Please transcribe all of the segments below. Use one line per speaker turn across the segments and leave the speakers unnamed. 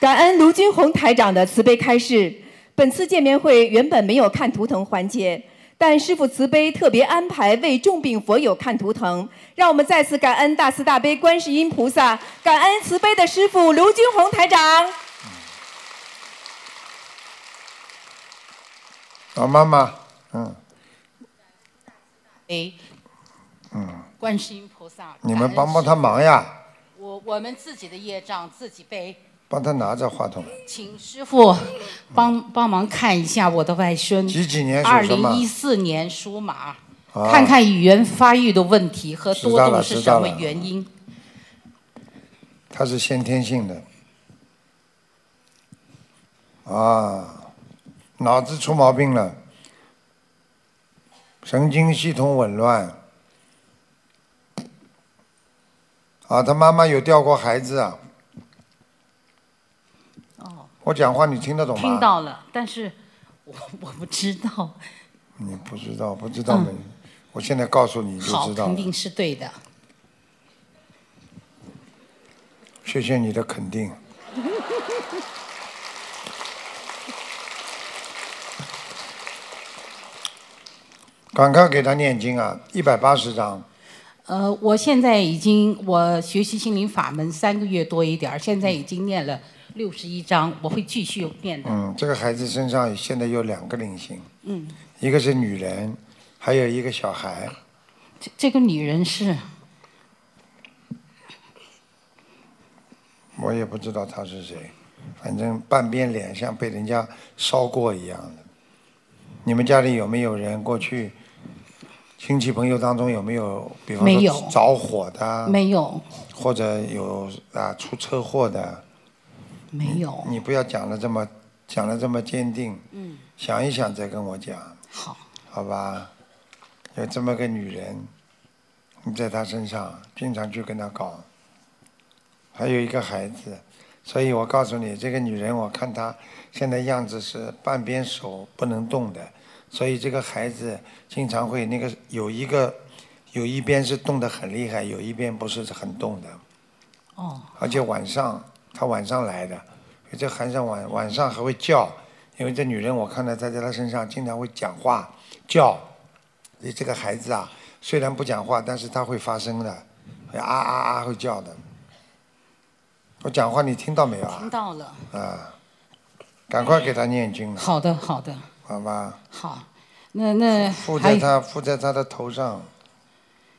感恩卢军红台长的慈悲开示。本次见面会原本没有看图腾环节，但师父慈悲特别安排为重病佛友看图腾，让我们再次感恩大慈大悲观世音菩萨，感恩慈悲的师父卢军红台长。
老啊妈妈，嗯
哎，
嗯，
观世音菩萨，
你
感
们
恩
帮帮
师
他
父
忙。
哎
呀，
我我们自己的业障自己背，
帮他拿着话筒。
请师傅帮帮忙看一下我的外孙。
几几年
二
属什么
零一四年属马，
啊
看看语言发育的问题和
知道
多
了
动
知
是
道
什么
了
原因。
它是先天性的。啊，脑子出毛病了，神经系统紊乱。啊，他妈妈有掉过孩子啊。
哦。
我讲话你听得懂吗？
听。到了，但是我我不知道。
你不知道，不知道没？我现在告诉你就
嗯好，
知道
肯
了。
定是对的。
谢谢你的肯定。 赶快给他念经啊，一百八十章，
呃，我现在已经我学习心灵法门三个月多一点儿，现在已经念了六十一章，我会继续念的。
嗯，这个孩子身上现在有两个灵性，
嗯，
一个是女人，还有一个小孩，
这这个女人是
我也不知道他是谁，反正半边脸像被人家烧过一样的。你们家里有没有人过去亲戚朋友当中有没有，比方
没
说
有
着火的啊，
没有
或者有啊出车祸的，
没有，
你不要讲的这么讲的这么坚定，
哦嗯，
想一想再跟我讲，
好，
好吧？有这么个女人，你在她身上经常去跟她搞，还有一个孩子，所以我告诉你，这个女人我看她现在样子是半边手不能动的，所以这个孩子经常会那个有一个有一边是动得很厉害，有一边不是很动的。
哦，
而且晚上她晚上来的，这寒上晚晚上还会叫，因为这女人我看到她在她身上经常会讲话叫，所以这个孩子啊虽然不讲话，但是她会发声的，会啊啊啊会叫的。我讲话你听到没有啊
听？到了。
啊，赶快给她念经，啊
好的，好的，
好吧？
好。那那
附
还
在她附在她的头上，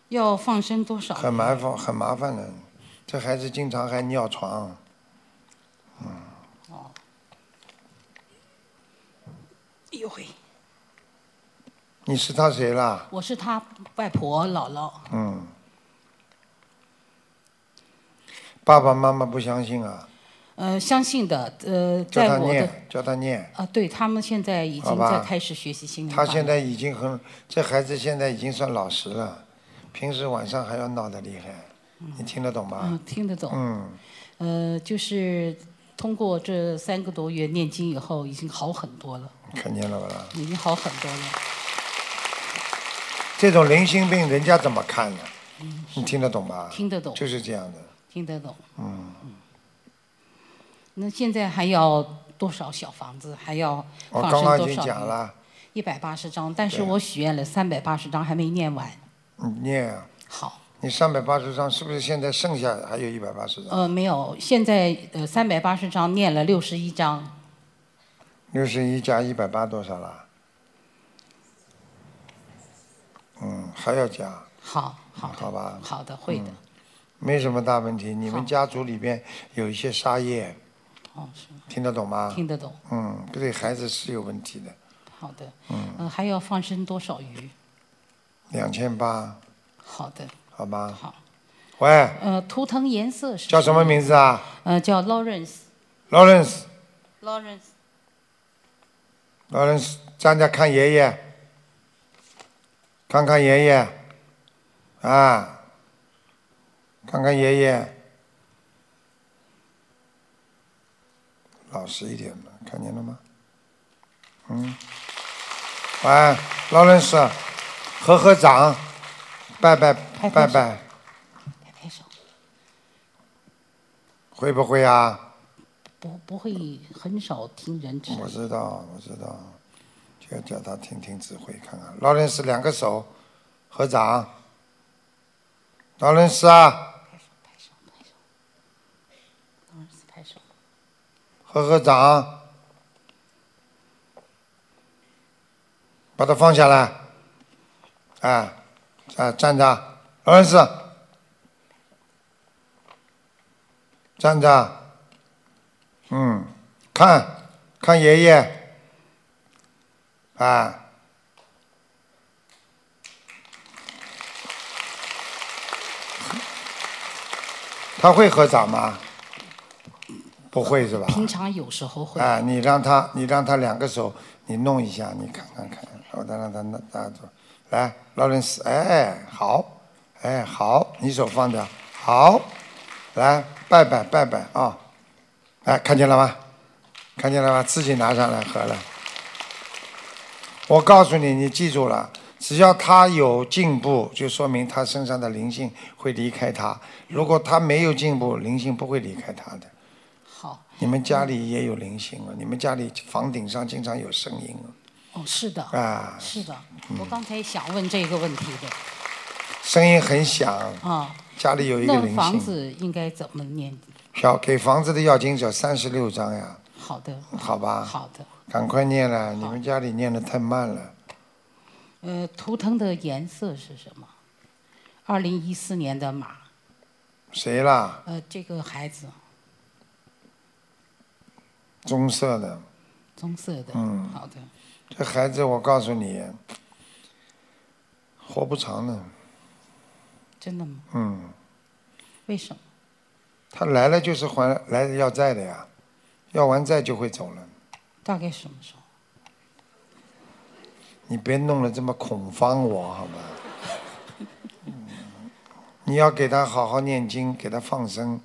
要放生多少？
很麻烦很麻烦的。这孩子经常还尿床，
哎呦喂，
你是他谁啦？
我是他外婆姥姥。
嗯，爸爸妈妈不相信啊，
呃，相信的，呃，
叫他
在我的
念，叫他念。
啊，对他们现在已
好
经
吧
在开始学习心灵法
他
门。
现在已经很，这孩子现在已经算老实了，平时晚上还要闹得厉害，你听得懂吗
嗯？听得懂。
嗯，
呃，就是通过这三个多月念经以后，已经好很多了，
看见了吧啦？
已经好很多了。
这种零星病人家怎么看呢？你听得懂吧？
嗯听得懂，
就是这样的，
听得懂。
嗯，
那现在还要多少小房子？还要
我哦刚
放生
刚已
多
经
少
讲了，
一百八十张，但是
对
我许愿了三百八十张，还没念完。
你念啊，
好，
你三百八十张是不是现在剩下还有一百八十张？
呃，没有，现在呃三百八十张念了六十一张，
六十一加一百八多少啦？嗯，还要加，
好，好的，
好吧？
好的，会的。
没什么大问题。你们家族里边有一些沙业，嗯
哦，是吗
听得懂吗？
听得懂，
嗯，对孩子是有问题的。
好的。嗯、呃，还要放生多少鱼？
两千八，
好的，
好吗？
好。
喂，
呃，图腾颜色
嗯
是
叫什么？名字啊
呃，叫 Lawrence。
？Lawrence，Lawrence，
Lawrence，
站着看爷爷，看看爷爷，啊，看看爷爷，老实一点嘛，看见了吗？嗯，喂，Lawrence，合合掌，拜拜拜
拍拍手
拜，
拍拍手。
会不会啊？
不不会很少听人指
我知道，我知道，就要叫他听听指挥看看。劳伦斯两个手合掌，劳伦斯啊，
拍手。
合合掌，把他放下来，啊啊，站着，劳伦斯，站着，嗯，看看爷爷，啊。他会合掌吗？不会是吧？
平常有时候会，
啊，你让他，你让他两个手，你弄一下，你看看看，我再让他拿拿住。来，劳伦斯，哎，好，哎，好，你手放掉，好，来，拜拜拜拜啊、哎，看见了吗？看见了吗？自己拿上来喝了。我告诉你，你记住了，只要他有进步，就说明他身上的灵性会离开他；如果他没有进步，灵性不会离开他的。
好，
你们家里也有灵性啊？你们家里房顶上经常有声音
哦，是的，
啊？啊，
是的，我刚才想问这个问题的
声音很响，
啊，
家里有一个
那
灵
房
性。
子应该怎么念？
小给房子的要经者三十六章呀，
好的，
好吧？
好的，
赶快念了，你们家里念的太慢了。
呃，图腾的颜色是什么？二零一四年的马，
谁啦？
呃，这个孩子
棕色的，
棕色的，
嗯
好的，
这孩子我告诉你，活不长的。
真的吗？
嗯，
为什么？
他来了就是还来要债的呀，要完债就会走了。
大概什么时候？
你别弄得这么恐慌我好吧？ 你要给他好好念经，给他放生，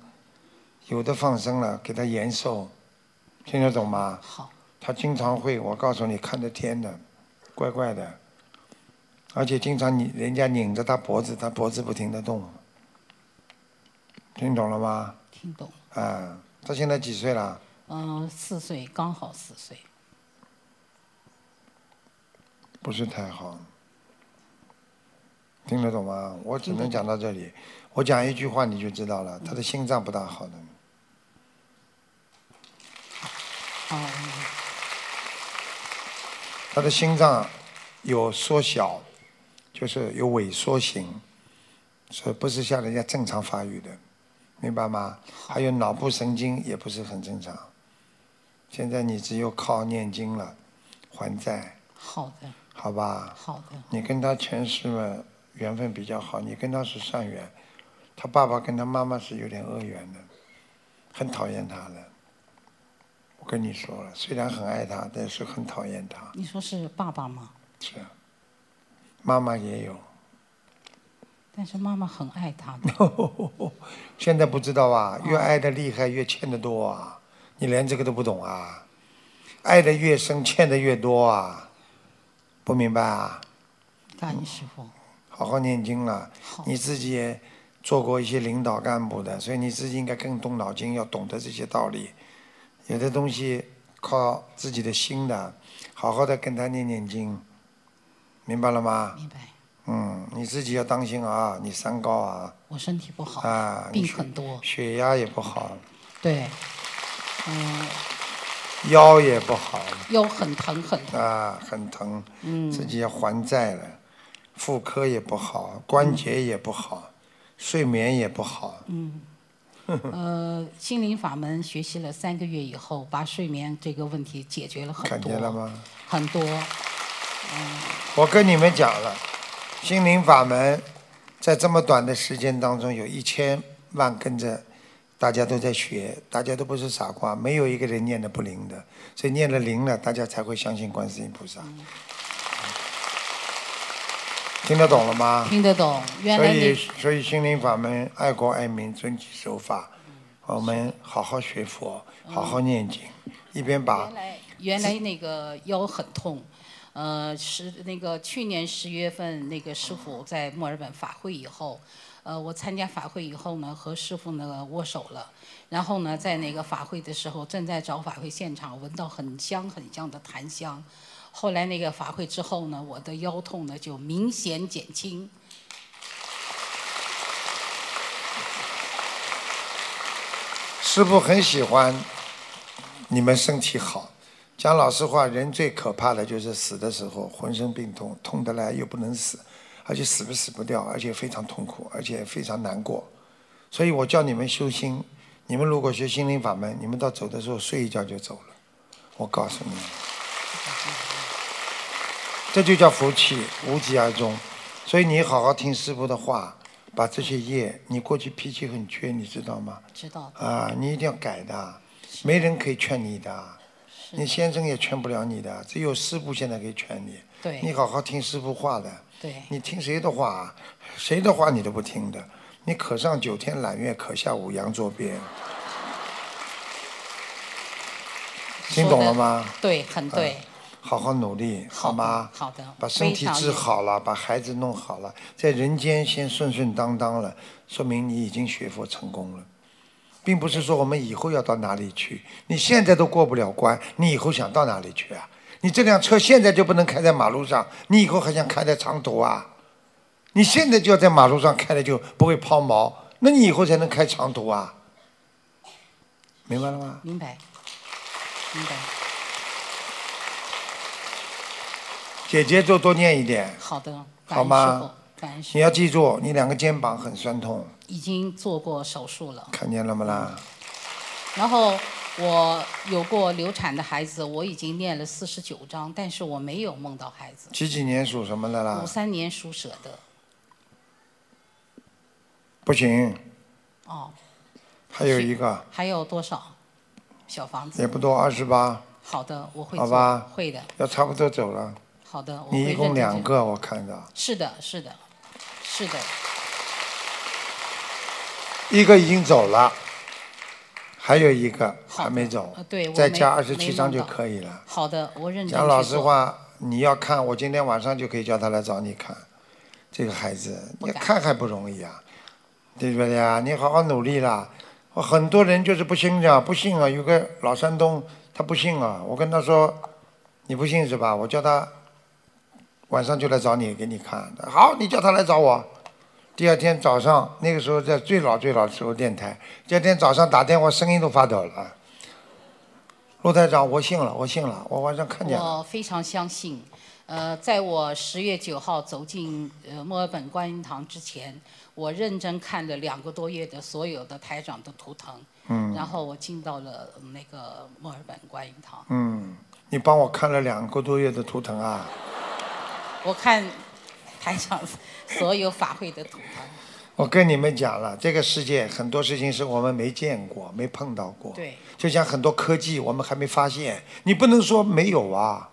有的放生了，给他延寿，听得懂吗？
好，
他经常会，我告诉你，看着天的，怪怪的，而且经常你人家拧着他脖子，他脖子不停的动，听懂了吗？
听懂了。
啊，他现在几岁了？
嗯、四岁，刚好四岁。
不是太好，听得懂嗯吗？我只能讲到这里，我讲一句话你就知道了，他的心脏不大好的，
哦、
他的心脏有缩小，就是有萎缩型，所以不是像人家正常发育的，明白吗？还有脑部神经也不是很正常，现在你只有靠念经了，还债，
好的，
好吧？
好的，
你跟他前世嘛缘分比较好，你跟他是善缘，他爸爸跟他妈妈是有点恶缘的，很讨厌他的。我跟你说了，虽然很爱他，但是很讨厌他，
你说是爸爸吗？
是啊。妈妈也有，
但是妈妈很爱他的，
现在不知道啊，越爱的厉害，越欠的多啊。你连这个都不懂啊？爱的越深，欠的越多啊。不明白啊？
感恩师傅。
好好念经了。
好，
你自己也做过一些领导干部的，所以你自己应该更动脑筋，要懂得这些道理。有的东西靠自己的心的，好好的跟他念念经，明白了吗？
明白。
嗯，你自己要当心啊，你三高啊，
我身体不好，
啊，你
病
血
很多。
血压也不好，
对，嗯、
腰也不好
腰很疼很疼。
啊，很疼，
嗯，
自己要还债了，妇科也不好，关节也不好，睡眠也不好，
呃，心灵法门学习了三个月以后，把睡眠这个问题解决了很
看
多，
见了吗？
很多。
我跟你们讲了，心灵法门在这么短的时间当中，有一千万跟着，大家都在学，大家都不是傻瓜，没有一个人念的不灵的，所以念了灵了，大家才会相信观世音菩萨。听得懂了吗？
听得懂，原
所
来
以，
你
所以心灵法门爱国爱民，遵纪守法，我们好好学佛，好好念经，一边把
原来原来那个腰很痛，呃，十那个去年十月份那个师傅在墨尔本法会以后，呃，我参加法会以后呢，和师傅呢握手了，然后呢，在那个法会的时候，正在找法会现场，闻到很香很香的檀香。后来那个法会之后呢，我的腰痛呢就明显减轻。
师傅很喜欢你们身体好。讲老实话，人最可怕的就是死的时候浑身病痛，痛得来又不能死，而且死不死不掉，而且非常痛苦，而且非常难过。所以我叫你们修心，你们如果学心灵法门，你们到走的时候睡一觉就走了。我告诉你们，这就叫福气，无疾而终。所以你好好听师傅的话，把这些业，你过去脾气很倔，你知道吗？
知道
啊，你一定要改的，没人可以劝你的，你先生也劝不了你的，只有师傅现在可以劝你。
对
你好好听师傅话的，
对
你听谁的话，谁的话你都不听的，你可上九天揽月，可下五洋捉鳖，听懂了吗？嗯
对，很对，
好好努力，好吗？
好的，
把身体
非常
治好了，把孩子弄好了，在人间先顺顺当当了，说明你已经学佛成功了，并不是说我们以后要到哪里去，你现在都过不了关，你以后想到哪里去啊？你这辆车现在就不能开在马路上，你以后还想开在长途啊？你现在就要在马路上开了，就不会抛锚，那你以后才能开长途啊？明白了吗？
明白，明白，
姐姐就多念一点，
好的，感
好
恩
吗
师傅，感恩师
你要记住，你两个肩膀很酸痛，
傅，已经做过手术了。
看见了吗啦？
然后我有过流产的孩子，我已经念了四十九章，但是我没有梦到孩子。
几几年属什么的啦
五？三年属蛇的，
不行，
哦，
还有一个
还有多少小房
也
子？
不多，二十八，
好的，我会
好
做，
吧
会的，
要差不多走了。
好的，我会
你一共
认真
两
做。
个，我看到，
是的，是的，是的，
一个已经走了，还有一个还
好的
没走
呃对我，没
再加二
没
十七张
弄
就
到
可以了。
好的，我认真
讲老
去
实
做，
话，你要看，我今天晚上就可以叫他来找你看。这个孩子，
不
你
敢
看还不容易啊，对不对呀？你好好努力啦。我很多人就是不信啊，不信啊。有个老山东，他不信啊。我跟他说，你不信是吧？我叫他晚上就来找你，给你看。好，你叫他来找我。第二天早上，那个时候在最老最老的时候电台，第二天早上打电话，声音都发抖了。啊陆台长，我信了，我信了，我晚上看见了。
我非常相信。呃，在我十月九号走进呃墨尔本观音堂之前，我认真看了两个多月的所有的台长的图腾，嗯，然后我进到了那个墨尔本观音堂，
嗯，你帮我看了两个多月的图腾啊，
我看台长所有法会的图腾，
我跟你们讲了，这个世界很多事情是我们没见过、没碰到过。
对，
就像很多科技我们还没发现，你不能说没有啊，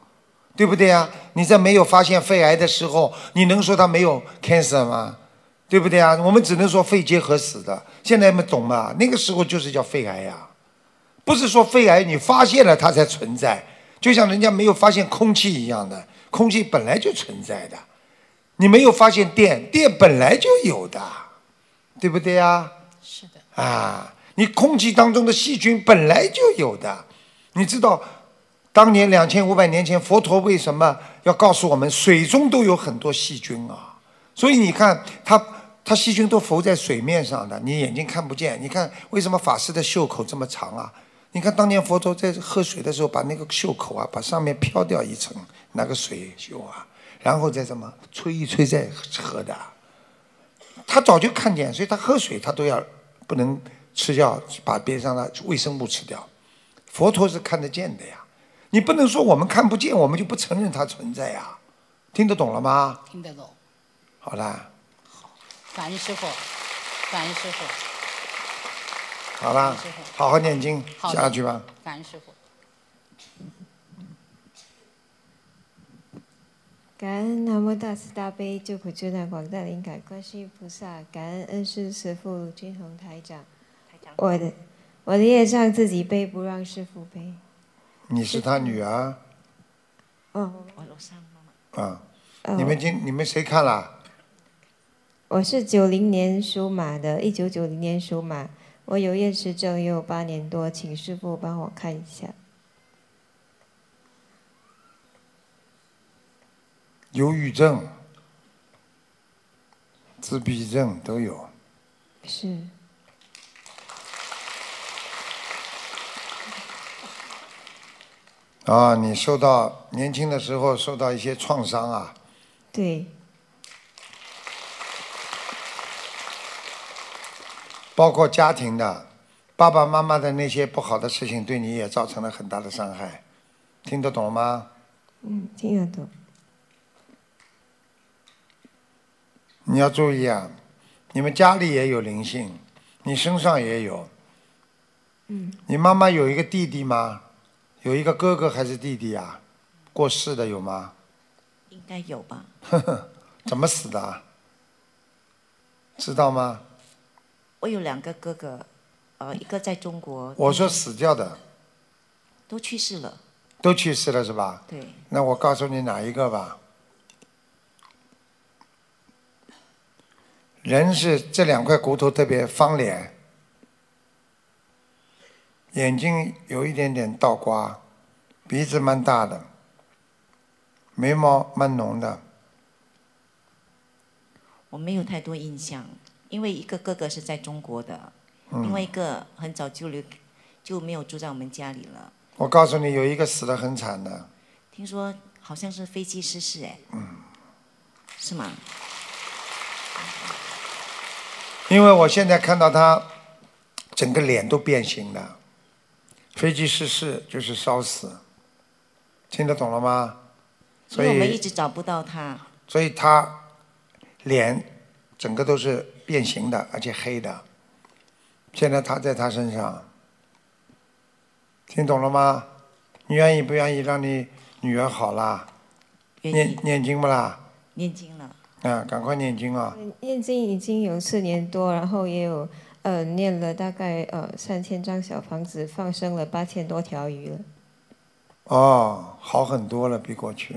对不对啊？你在没有发现肺癌的时候，你能说它没有 cancer 吗？对不对啊？我们只能说肺结核死的。现在你们懂吗？那个时候就是叫肺癌呀、不是说肺癌你发现了它才存在，就像人家没有发现空气一样的，空气本来就存在的。你没有发现电，电本来就有的，对不对呀、
是的，
啊，你空气当中的细菌本来就有的，你知道，当年两千五百年前，佛陀为什么要告诉我们，水中都有很多细菌啊？所以你看，它它细菌都浮在水面上的，你眼睛看不见。你看为什么法师的袖口这么长啊？你看当年佛陀在喝水的时候，把那个袖口啊，把上面飘掉一层，拿个水袖啊，然后再怎么吹一吹再喝的。啊他早就看见，所以他喝水他都要不能吃药，把边上的微生物吃掉。佛陀是看得见的呀，你不能说我们看不见，我们就不承认它存在呀。听得懂了吗？
听得懂，
好啦，
感恩师傅，感恩师傅，
好啦，好好念经
好的
下去吧。
感恩师傅。
感恩南无大慈大悲救苦救难广大灵感观世音菩萨，感恩恩师师父卢军宏台长。我的我的业障自己背，不让师父背。
你是他女儿
哦，
嗯
啊？
哦
你们今你们谁看了？
我是九零年属马的，一九九零年属马，我有厌食症，也有八年多，请师傅帮我看一下。
忧郁症、自闭症都有，
是，
啊，你受到年轻的时候受到一些创伤啊，
对，
包括家庭的，爸爸妈妈的那些不好的事情，对你也造成了很大的伤害，听得懂吗？
嗯，听得懂，
你要注意啊，你们家里也有灵性，你身上也有。
嗯。
你妈妈有一个弟弟吗？有一个哥哥还是弟弟啊？过世的有吗？
应该有吧？
呵呵，怎么死的啊？知道吗？
我有两个哥哥，呃，一个在中国，
我说死掉的
都去世了。
都去世了是吧？
对，
那我告诉你哪一个吧。人是这两块骨头特别方脸，眼睛有一点点倒刮，鼻子蛮大的，眉毛蛮浓的。
我没有太多印象，因为一个哥哥是在中国的，另外
嗯，
一个很早就留，就没有住在我们家里了。
我告诉你，有一个死得很惨的，
听说好像是飞机失事，哎，
嗯
是吗？
因为我现在看到他整个脸都变形了。飞机失事就是烧死，听得懂了吗？
所
所
以我们
以
一直找不到他。
所以他脸整个都是变形的，而且黑的。现在他在他身上，听懂了吗？你愿意不愿意让你女儿好啦？
愿
念
意
念经不啦？
念经了，
啊，赶快念经啊！
念经已经有四年多，然后也有呃念了大概呃三千张小房子，放生了八千多条鱼了，
哦，好很多了，比过去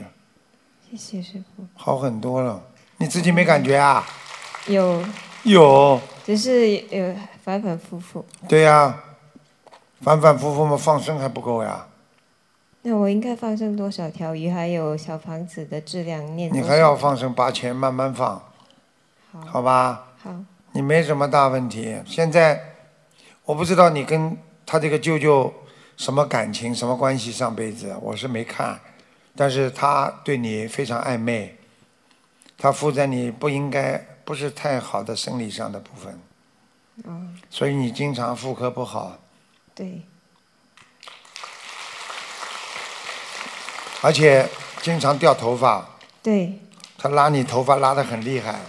谢谢师傅。
好很多了。你自己没感觉啊？
有，
有，
只是有反反复复。
对呀、反反复复嘛，放生还不够呀，
那我应该放生多少条鱼？还有小房子的质量念多
你
少？
还要放生八千，慢慢放，
好
好吧？
好
你没什么大问题。现在我不知道你跟他这个舅舅什么感情、什么关系，上辈子我是没看，但是他对你非常暧昧，他附在你不应该、不是太好的生理上的部分，
哦，
所以你经常妇科不好，
对，
而且经常掉头发，
对，
他拉你头发拉得很厉害，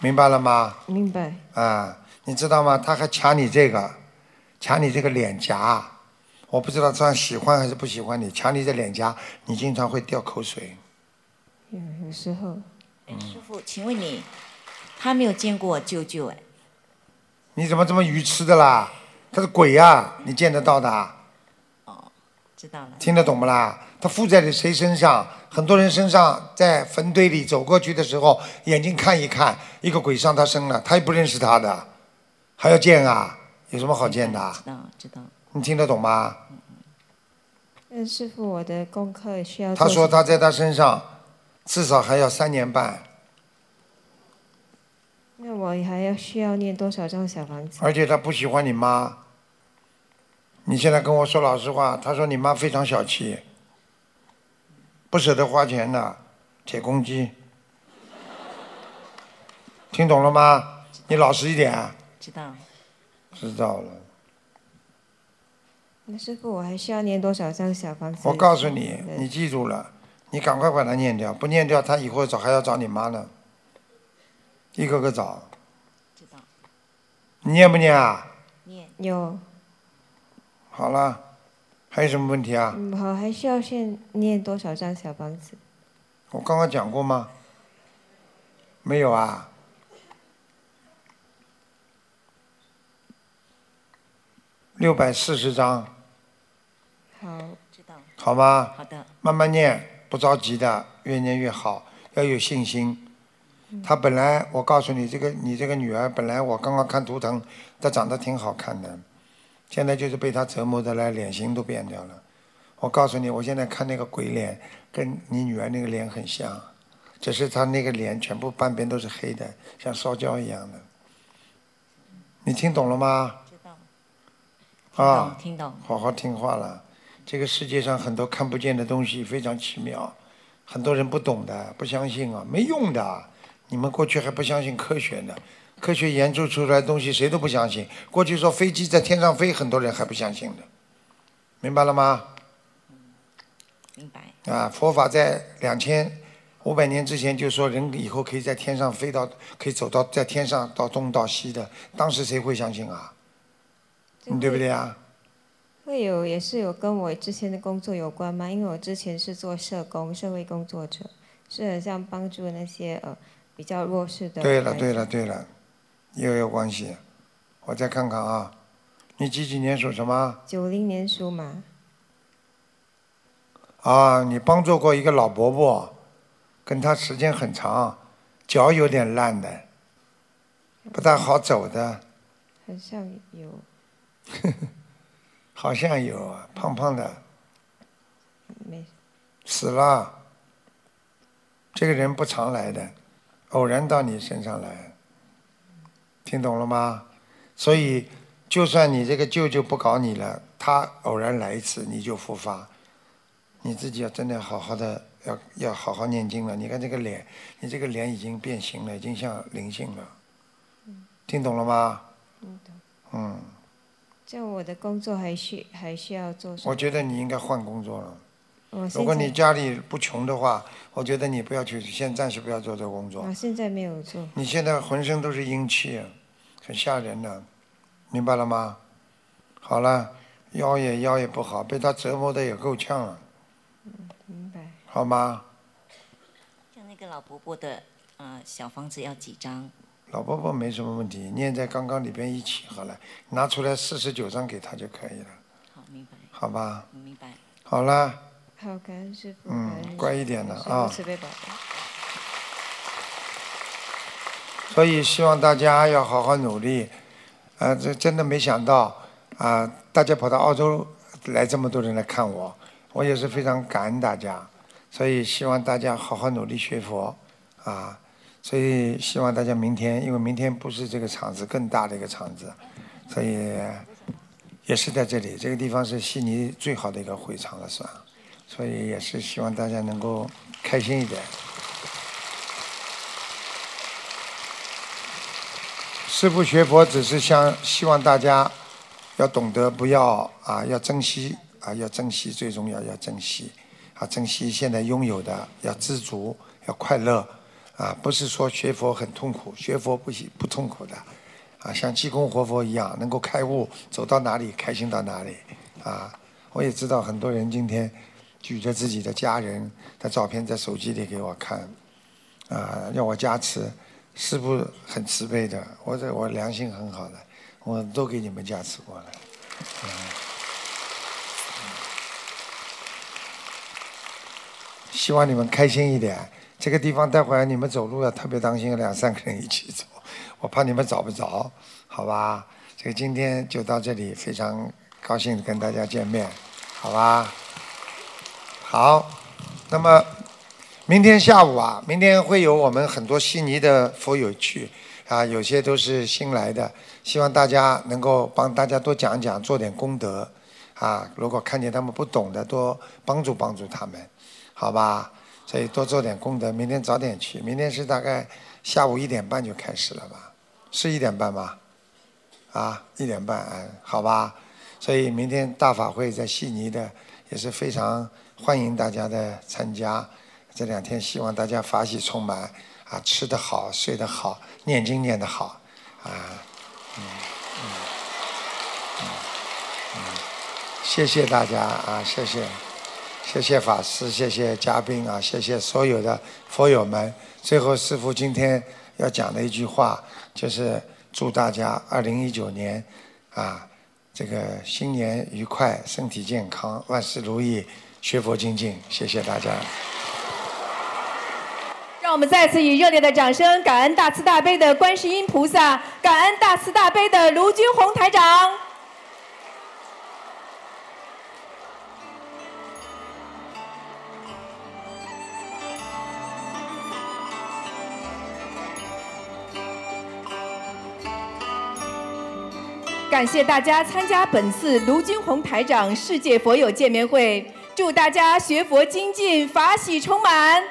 明白了吗？
明白。
啊，你知道吗？他还掐你这个，掐你这个脸颊，我不知道他喜欢还是不喜欢你，掐你这脸颊，你经常会掉口水。
有有时候
哎
嗯
师傅，请问你，他没有见过我舅舅，哎，
你怎么这么愚痴的啦？他是鬼呀、啊，你见得到的啊，
知道了。
听得懂不啦？他附在了谁身上？很多人身上，在坟堆里走过去的时候，眼睛看一看，一个鬼上他身了，他也不认识他的，还要见啊？有什么好见的啊？
知道知道。
你听得懂吗？
那师傅，我的功课需要
他说
做什么
他在他身上至少还要三年半，
那我还要需要念多少张小房子？
而且他不喜欢你妈。你现在跟我说老实话，他说你妈非常小气，不舍得花钱的，铁公鸡。听懂了吗？你老实一点。啊
知道，
知道了，
那师傅，我还需要念多少张小房子？
我告诉你，你记住了，你赶快把它念掉，不念掉，他以后找还要找你妈呢，一个个找。
知道。
你念不念啊？
念
有，
好了，还有什么问题啊？
嗯，好，还需要先念多少张小房子？
我刚刚讲过吗？没有啊。六百四十章，
好，
知道。
好吗？
好的，
慢慢念，不着急的，越念越好，要有信心。她本来我告诉你，这个你这个女儿本来我刚刚看图腾，她长得挺好看的，现在就是被她折磨的来脸型都变掉了。我告诉你，我现在看那个鬼脸，跟你女儿那个脸很像，只是她那个脸全部半边都是黑的，像烧焦一样的。你听懂了吗？
知道，
啊，
听懂，
好好听话了。这个世界上很多看不见的东西非常奇妙，很多人不懂的、不相信啊，没用的。你们过去还不相信科学呢，科学研究出来的东西谁都不相信。过去说飞机在天上飞，很多人还不相信的，明白了吗？
明白，
啊，佛法在两千五百年之前就说人以后可以在天上飞到，可以走到在天上到东到西的，当时谁会相信啊？你对不对啊？
会有也是有跟我之前的工作有关吗？因为我之前是做社工，社会工作者，是很像帮助那些呃比较弱势的。
对了，对了，。对了，又有关系。我再看看啊，你几几年属什么？
九零年属马，
啊，你帮助过一个老伯伯，跟他时间很长，脚有点烂的，不大好走的，
很像有
好像有啊，胖胖的，
没
死了。这个人不常来的，偶然到你身上来，听懂了吗？所以，就算你这个舅舅不搞你了，他偶然来一次你就复发，你自己要真的好好的，要要好好念经了。你看这个脸，你这个脸已经变形了，已经像灵性了，听懂了吗？
嗯懂
嗯，
这样我的工作还需还需要做什么？
我觉得你应该换工作了。
我现
如果你
在
家里不穷的话，我觉得你不要去，先暂时不要做这个工作
我。现在没有做，
你现在浑身都是阴气，很吓人的、明白了吗？好了，腰也腰也不好，被他折磨的也够呛了，
明白。
好吗？
像那个老伯伯的呃小房子要几张？
老伯伯没什么问题，念在刚刚里边一起好了，拿出来四十九张给他就可以了，
好，明白，
好吧？
明白。
好了，
好，感恩师傅，
嗯
感恩师父
乖一点了
师父
啊
慈悲宝贝。
所以希望大家要好好努力。啊、这真的没想到啊、大家跑到澳洲来这么多人来看我，我也是非常感恩大家。所以希望大家好好努力学佛啊！所以希望大家明天，因为明天不是这个场子更大的一个场子，所以也是在这里，这个地方是悉尼最好的一个会场了，算。所以也是希望大家能够开心一点。师父学佛只是想希望大家要懂得，不要啊，要珍惜啊，要珍惜，最重要要珍惜啊，珍惜现在拥有的，要知足，要快乐啊，不是说学佛很痛苦，学佛不喜不痛苦的啊，像济公活佛一样，能够开悟，走到哪里开心到哪里啊。我也知道很多人今天举着自己的家人的照片在手机里给我看，啊，要我加持，师傅很慈悲的，我这我良心很好的，我都给你们加持过了。嗯嗯希望你们开心一点。这个地方待会儿你们走路要特别当心，两三个人一起走，我怕你们找不着，好吧？这个今天就到这里，非常高兴跟大家见面，好吧？好，那么。明天下午啊，明天会有我们很多悉尼的佛友去啊，有些都是新来的，希望大家能够帮大家多讲讲，做点功德啊。如果看见他们不懂的，多帮助帮助他们，好吧？所以多做点功德。明天早点去，明天是大概下午一点半就开始了吧？是一点半吗？啊，一点半，哎好吧。所以明天大法会在悉尼的也是非常欢迎大家的参加。这两天希望大家法喜充满啊，吃得好，睡得好，念经念得好啊，嗯嗯嗯嗯，谢谢大家啊，谢谢，谢谢法师，谢谢嘉宾啊，谢谢所有的佛友们。最后，师父今天要讲的一句话就是祝大家二零一九年啊，这个新年愉快，身体健康，万事如意，学佛精进。谢谢大家。
让我们。我们再次以热烈的掌声，感恩大慈大悲的观世音菩萨，感恩大慈大悲的卢军红台长。感谢大家参加本次卢军红台长世界佛友见面会，祝大家学佛精进，法喜充满。